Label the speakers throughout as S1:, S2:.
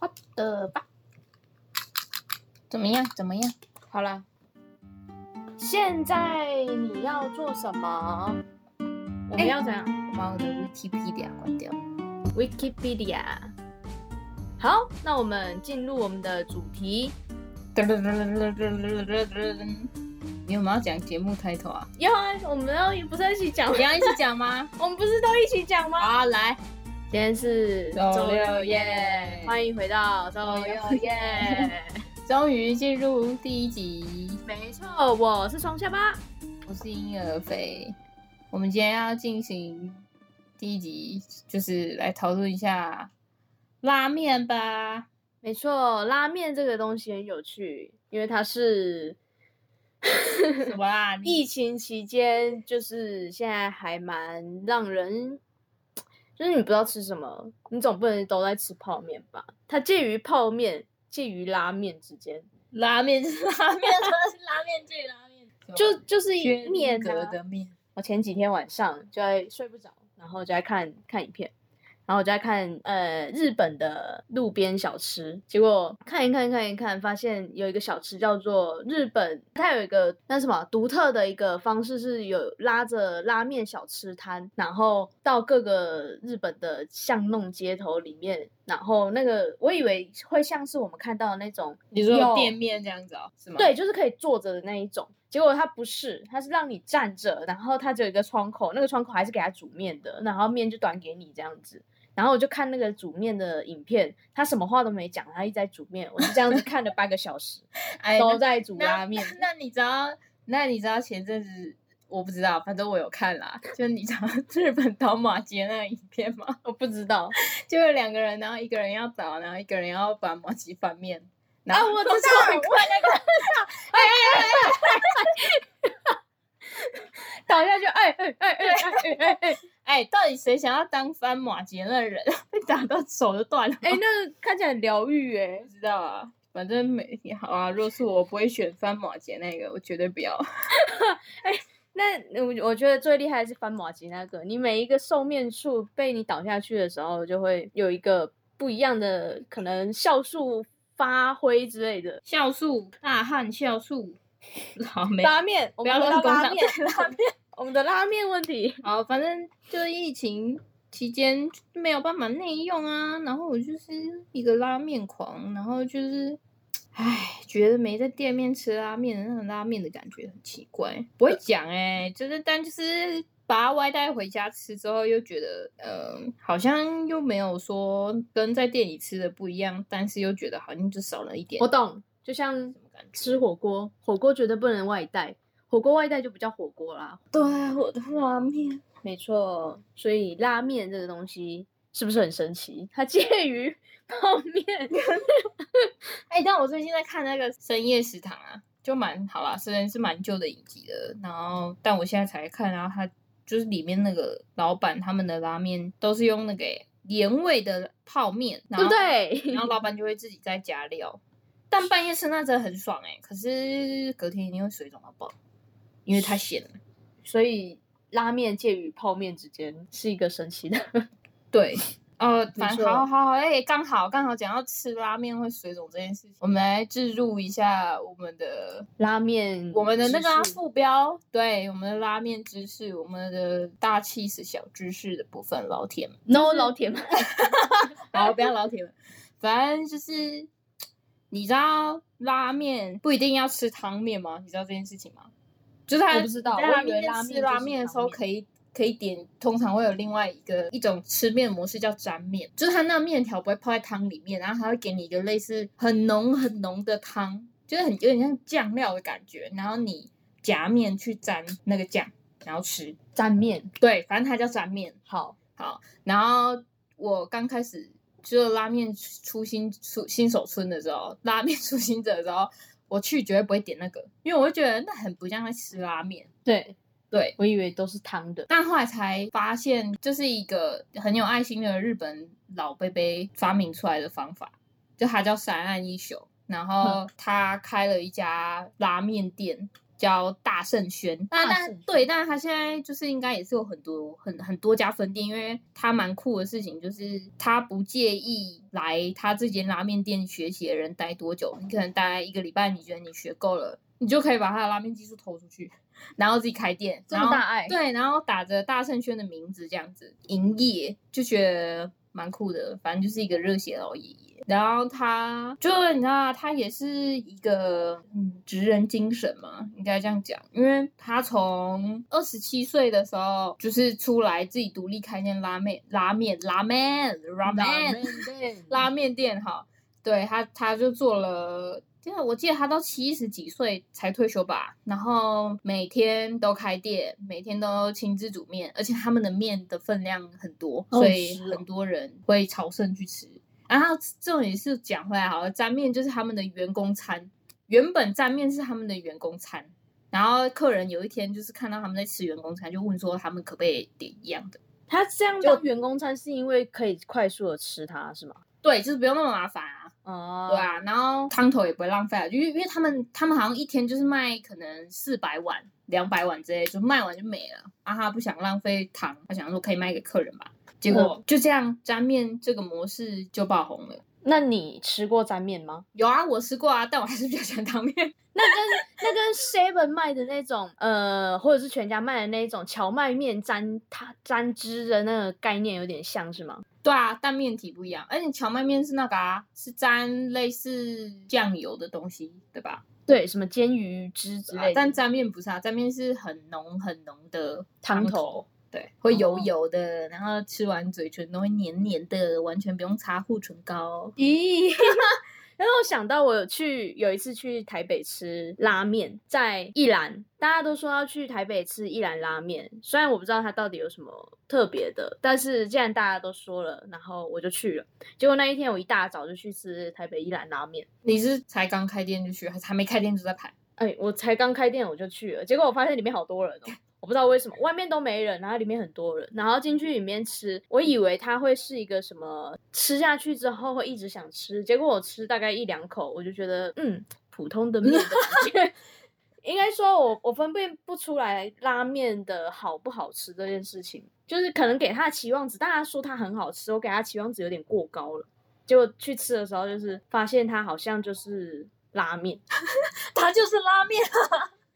S1: 我的吧，怎么样？怎么样？好了，现在你要做什么？我们
S2: 哎
S1: 要怎样、
S2: 我把我的 Wikipedia 关掉。
S1: w i k i p e d i a 好，那我们进入我们的主题。
S2: 你有没有要讲节目开头啊？
S1: 要啊，我们要不是要一起讲 吗
S2: 你？要一起讲 吗？
S1: 我们不是都一起讲吗？
S2: 好，来，
S1: 今天是
S2: 周六夜
S1: 欢迎回到周六
S2: 周六
S1: 夜
S2: 夜。终于进入第一集，
S1: 没错，我是双下巴。
S2: 我是婴儿肥。我们今天要进行第一集，就是来讨论一下拉面 吧。
S1: 没错，拉面这个东西很有趣，因为它是
S2: 什么啦？你
S1: 疫情期间，就是现在还蛮让人，就是你不知道吃什么，你总不能都在吃泡面吧？它介于泡面、介于拉面之间，
S2: 拉面 是拉面，是拉面最拉面，
S1: 就就是一
S2: 缺
S1: 面
S2: 格
S1: 啊
S2: 的面。
S1: 我前几天晚上就在睡不着，然后就在看看影片，然后我就在看呃日本的路边小吃，结果看一看看一看，发现有一个小吃叫做日本，它有一个那什么独特的一个方式是有拉着拉面小吃摊，然后到各个日本的巷弄街头里面，然后那个我以为会像是我们看到的那种
S2: 你说有
S1: 有
S2: 店面这样子哦，是吗？
S1: 对，就是可以坐着的那一种。结果它不是，它是让你站着，然后它只有一个窗口，那个窗口还是给它煮面的，然后面就端给你这样子。然后我就看那个煮面的影片，他什么话都没讲，他一直在煮面，我就这样子看了半个小 时，
S2: 哎，
S1: 都
S2: 那
S1: 在煮
S2: 那
S1: 拉面。
S2: 那你知道？那你知道前阵子我不知道，反正我有看啦。就你知道日本倒马街那个影片吗？
S1: 我不知道，
S2: 就有两个人，然后一个人要倒，然后一个人要把马吉翻面。然
S1: 啊，
S2: 后
S1: 我 知
S2: 都
S1: 道，
S2: 很快
S1: 那个，哎哎哎， 倒下去，哎哎哎哎哎哎哎，
S2: 哎，到底谁想要当翻马杰那人？ 被打到手都断了。
S1: 哎，那个看起来很疗愈哎
S2: 不，知道啊，反正没好啊。若是我，我不会选翻马杰那个，我绝对不要。
S1: 那我我觉得最厉害的是翻马吉那个，你每一个寿面处被你倒下去的时候，就会有一个不一样的可能酵素发挥之类的。
S2: 酵素大汉酵素， 好没
S1: 拉面，我
S2: 不要
S1: 们的
S2: 乱
S1: 拉
S2: 攻
S1: 面，拉面，我们的拉面问题。
S2: 好，反正就是疫情期间没有办法内用啊，然后我就是一个拉面狂，然后就是，唉，觉得没在店面吃拉面的那种拉面的感觉很奇怪，不会讲哎、就是但就是把它外带回家吃之后，又觉得呃，好像又没有说跟在店里吃的不一样，但是又觉得好像就少了一点
S1: 我懂，就像
S2: 什么感觉。
S1: 吃火锅，火锅绝对不能外带，火锅外带就不叫火锅啦。
S2: 对，我的拉面。
S1: 没错，所以拉面这个东西是不是很神奇？它介于 泡面。
S2: 哎、但我最近在看那个《深夜食堂》啊，就蛮好啦，虽然是蛮旧的影集的，然后但我现在才看，然后它就是里面那个老板他们的拉面都是用那个欸原味的泡面，然
S1: 对
S2: 后
S1: 不 对？
S2: 然后老板就会自己再加料，但半夜吃那真的很爽哎、可是隔天一定会水肿到爆，因为太咸了。
S1: 所以拉面介于泡面之间是一个神奇的。
S2: 对，呃，
S1: 没
S2: 反
S1: 错
S2: 正好好好，哎、刚好刚好讲到吃拉面会水肿这件事情，我们来置入一下我们的
S1: 拉面，
S2: 我们的那个啊、
S1: 指数
S2: 副标，对我们的拉面知识，我们的大 cheese 小知识的部分，老铁们，
S1: no 老铁 们，
S2: 好，不要老铁们，反正就是你知道拉面不一定要吃汤面吗？你知道这件事情吗？就是他
S1: 我不知道
S2: 在
S1: 我以
S2: 拉
S1: 为
S2: 面店
S1: 拉面
S2: 吃
S1: 就是
S2: 拉面的时候
S1: 汤面
S2: 可以。可以点，通常会有另外一个一种吃面模式叫沾面，就是它那面条不会泡在汤里面，然后它会给你一个类似很浓很浓的汤，就是很有点像酱料的感觉，然后你夹面去沾那个酱，然后吃。
S1: 沾面
S2: 对，反正它叫沾面。
S1: 好，
S2: 好，然后我刚开始就是拉面初心初新手村的时候，拉面初心者的时候，我去绝对不会点那个，因为我会觉得那很不像在吃拉面。
S1: 对
S2: 对，
S1: 我以为都是汤的，
S2: 但后来才发现，这是一个很有爱心的日本老贝贝发明出来的方法，
S1: 嗯
S2: 就他叫山岸一雄，然后他开了一家拉面店，叫大圣轩。那
S1: 大圣
S2: 但
S1: 轩
S2: 对，但他现在就是应该也是有很多很很多家分店，因为他蛮酷的事情就是他不介意来他这间拉面店学习的人待多久，你可能待一个礼拜，你觉得你学够了，你就可以把他的拉面技术投出去，然后自己开店，
S1: 这
S2: 然
S1: 么
S2: 后
S1: 大爱，
S2: 对，然后打着大圣轩的名字这样子营业，就觉得蛮酷的。反正就是一个热血老爷爷。然后他就是你知道，他也是一个嗯职人精神嘛，应该这样讲，因为他从二十七岁的时候就是出来自己独立开店拉面拉面拉面拉面
S1: 面
S2: 拉面店哈，对他他就做了，真的我记得他到七十几岁才退休吧，然后每天都开店，每天都亲自煮面，而且他们的面的分量很多，
S1: 哦
S2: 所以
S1: 是哦
S2: 很多人会朝圣去吃。然后这种也是讲回来好了，沾面就是他们的员工餐，原本沾面是他们的员工餐。然后客人有一天就是看到他们在吃员工餐，就问说他们可不可以点一样的。
S1: 他这样
S2: 就
S1: 当员工餐是因为可以快速的吃它是吗？
S2: 对，就是不用那么麻烦啊。
S1: 哦，
S2: 对啊，然后汤头也不会浪费啊，因为因为他们他们好像一天就是卖可能四百碗、两百碗之类，就卖完就没了。啊，他不想浪费糖，他想说可以卖给客人吧。结果就这样，沾面这个模式就爆红了。
S1: 那你吃过沾面吗？
S2: 有啊，我吃过啊，但我还是比较喜欢汤面。
S1: 那跟 那跟 Seven 卖的那种，呃，或者是全家卖的那一种荞麦面沾它沾汁的那个概念有点像是吗？
S2: 对啊，但面体不一样，而且荞麦面是那个啊，是沾类似酱油的东西，对吧？
S1: 对，什么煎鱼汁之
S2: 对啊
S1: 类的，
S2: 但沾面不是啊，沾面是很浓很浓的
S1: 汤头
S2: 头，对，会油
S1: 哦
S2: 油的，然后吃完嘴唇都会黏黏的，完全不用擦护唇膏。
S1: 咦，然后我想到我有去有一次去台北吃拉面，在一兰，大家都说要去台北吃一兰拉面，虽然我不知道它到底有什么特别的，但是既然大家都说了，然后我就去了。结果那一天我一大早就去吃台北一兰拉面，
S2: 你是才刚开店就去，还是还没开店就在 排？
S1: 哎，我才刚开店我就去了，结果我发现里面好多人哦。我不知道为什么外面都没人，然后里面很多人，然后进去里面吃，我以为它会是一个什么，吃下去之后会一直想吃，结果我吃大概一两口，我就觉得嗯，普通的面的感觉。 应该说我我分辨不出来拉面的好不好吃这件事情，就是可能给它的期望值，大家说它很好吃，我给它期望值有点过高了，结果去吃的时候就是发现它好像就是拉面。
S2: 它就是拉面。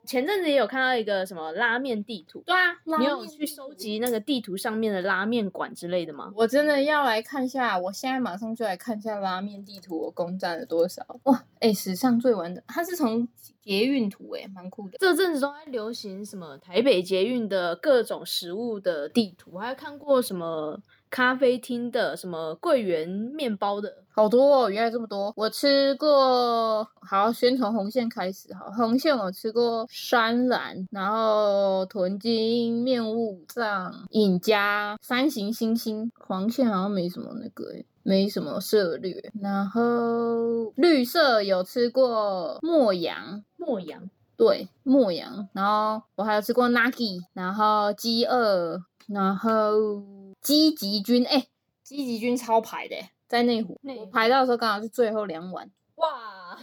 S1: 前阵子也有看到一个什么拉面地图，
S2: 对啊，拉
S1: 你
S2: 面
S1: 有去收？集那个地图上面的拉面馆之类的吗？
S2: 我真的要来看一下，我现在马上就来看一下拉面地图，我攻占了多少？哇，哎、史上最完整，它是从捷运图、哎，蛮酷的。
S1: 这阵子都在流行什么台北捷运的各种食物的地图，我还看过什么咖啡厅的、什么桂圆面包的。
S2: 好多哦，原来这么多。我吃过，好，先从红线开始好，红线我吃过山兰，然后豚筋、面雾五藏、尹家、三形星星。黄线好像没什么那个诶、没什么涉略。然后绿色有吃过墨阳，
S1: 莫阳，
S2: 对，墨阳。然后我还有吃过 Nagi，然后饥饿，然后积极菌，哎、积极菌超排的、在内湖。
S1: 那
S2: 我排到的时候刚好是最后两晚，
S1: 哇，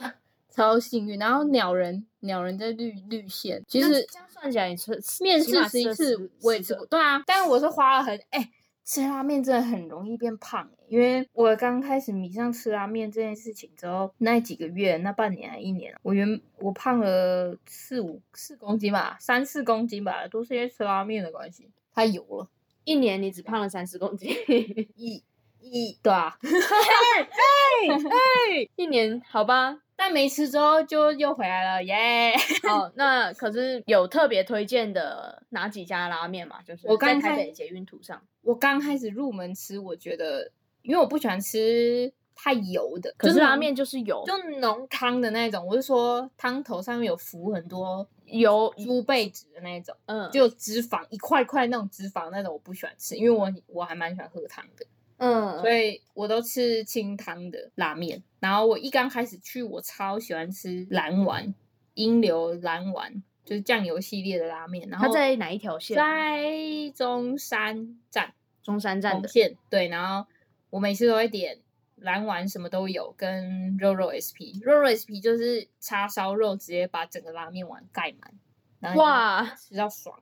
S2: 超幸运。然后鸟人，鸟人在绿绿线，其
S1: 其
S2: 实
S1: 这样嗯算起来，你吃
S2: 面
S1: 起码
S2: 试十一
S1: 了
S2: 次
S1: 十
S2: 我也
S1: 十
S2: 吃
S1: 个
S2: 过，对啊，但我是花了很哎、吃拉面真的很容易变胖、欸因为我刚开始迷上吃拉面这件事情之后，那几个月、那半年还一年，我原我胖了四五四公斤吧，三四公斤吧，都是因为吃拉面的关系，太油了。
S1: 一年你只胖了三十公斤，
S2: 一一对啊，
S1: 一年好吧？
S2: 但没吃之后就又回来了，耶、
S1: 好，哦那可是有特别推荐的哪几家拉面嘛？就是
S2: 我
S1: 在
S2: 刚
S1: 台
S2: 看
S1: 北捷运图上。
S2: 我刚开始入门吃，我觉得因为我不喜欢吃太油的，
S1: 可
S2: 就是是
S1: 拉
S2: 浓
S1: 面就是油，
S2: 就浓汤的那种。我是说汤头上面有浮很多
S1: 油，
S2: 猪背脂的那种，
S1: 嗯，
S2: 就有脂肪一块块那种脂肪那种我不喜欢吃，因为我我还蛮喜欢喝汤的，
S1: 嗯，
S2: 所以我都吃清汤的拉面。然后我一刚开始去，我超喜欢吃蓝丸，英流蓝丸就是酱油系列的拉面。然后
S1: 它在哪一条线？啊
S2: 在中山站。
S1: 中山站
S2: 红
S1: 的。
S2: 线，对，然后我每次都会点蓝丸，什么都有，跟肉肉 SP，肉肉 SP 就是叉烧肉直接把整个拉面碗盖满，然后
S1: 哇，
S2: 吃到爽，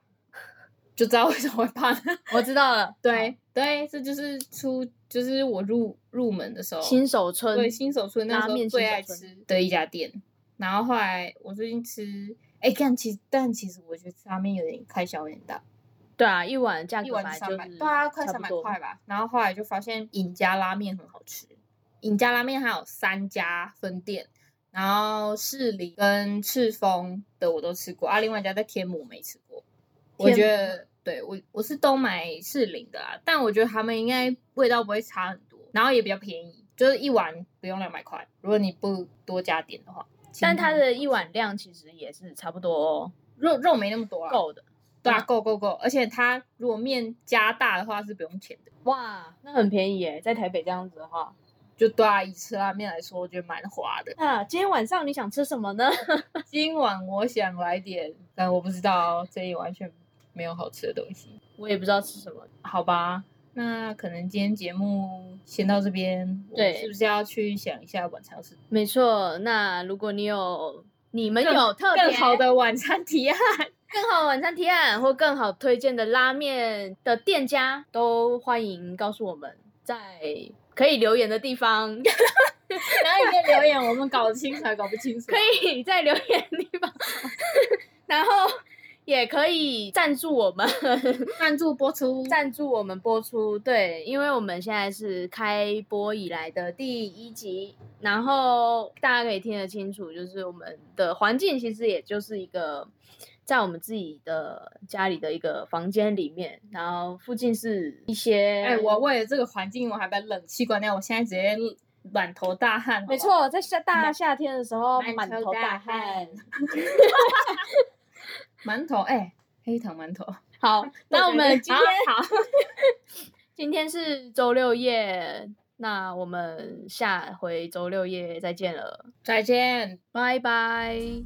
S2: 就知道为什么会胖。
S1: 我知道了，
S2: 对对，这就是出就是我入入门的时候，
S1: 新手村
S2: 对新手村那
S1: 拉
S2: 时
S1: 面
S2: 候
S1: 新
S2: 最
S1: 手
S2: 爱
S1: 村
S2: 吃的一家店。然后后来我最近吃，哎，但其实但其实我觉得吃拉面有点开销有点大，
S1: 对啊，一碗价
S2: 一
S1: 格
S2: 碗
S1: 本
S2: 就
S1: 来
S2: 三
S1: 就
S2: 百，
S1: 是
S2: 对啊，快
S1: 差
S2: 三
S1: 不
S2: 百
S1: 多
S2: 块吧。然后后来就发现尹家拉面很好吃，尹家拉面还有三家分店，然后士林跟赤峰的我都吃过，啊，另外一家在天母没吃过。我
S1: 天
S2: 觉
S1: 母
S2: 得对我我是都买士林的啦，但我觉得他们应该味道不会差很多，然后也比较便宜，就是一碗不用两百块，如果你不多加点的话。
S1: 但它
S2: 其实
S1: 的一碗量其实也是差不多、哦、
S2: 肉肉没那么多啦，
S1: 够的。
S2: 对啊，
S1: 嗯
S2: 够够够，而且它如果面加大的话是不用钱的。
S1: 哇，那很便宜耶，在台北这样子的话。。
S2: 就对啊，以吃拉面来说，我觉得蛮划的
S1: 那今天晚上你想吃什么呢？
S2: 今晚我想来点，但我不知道这里完全没有好吃的东西，
S1: 我也不知道吃什么。
S2: 好吧？那可能今天节目先到这边，我们
S1: 对
S2: 是不是要去想一下晚餐是
S1: 没错，那如果你有你们有特别
S2: 更好的晚餐提案？
S1: 更好的晚餐提案或更好推荐的拉面的店家，都欢迎告诉我们，在可以留言的地方，
S2: 然 后你的留言我们搞得清楚还搞不清楚？
S1: 可以在留言的地方， 然后也可以赞助我们。
S2: 赞助播出，
S1: 赞助我们播出，对，因为我们现在是开播以来的第一集，然后大家可以听得清楚，就是我们的环境其实也就是一个在我们自己的家里的一个房间里面，然后附近是一些，
S2: 哎、我为了这个环境，我还把冷气关掉，我现在直接满头大汗。
S1: 没
S2: 好不好，
S1: 错，在夏大夏天的时候 满
S2: 满
S1: 头
S2: 头
S1: 大
S2: 大
S1: 汗
S2: 汗。馒头，哎、黑糖馒头。
S1: 好，那我们今
S2: 今天
S1: 天
S2: 好。
S1: 今天是周六夜，那我们下回周六夜再见了，
S2: 再见。
S1: 拜拜。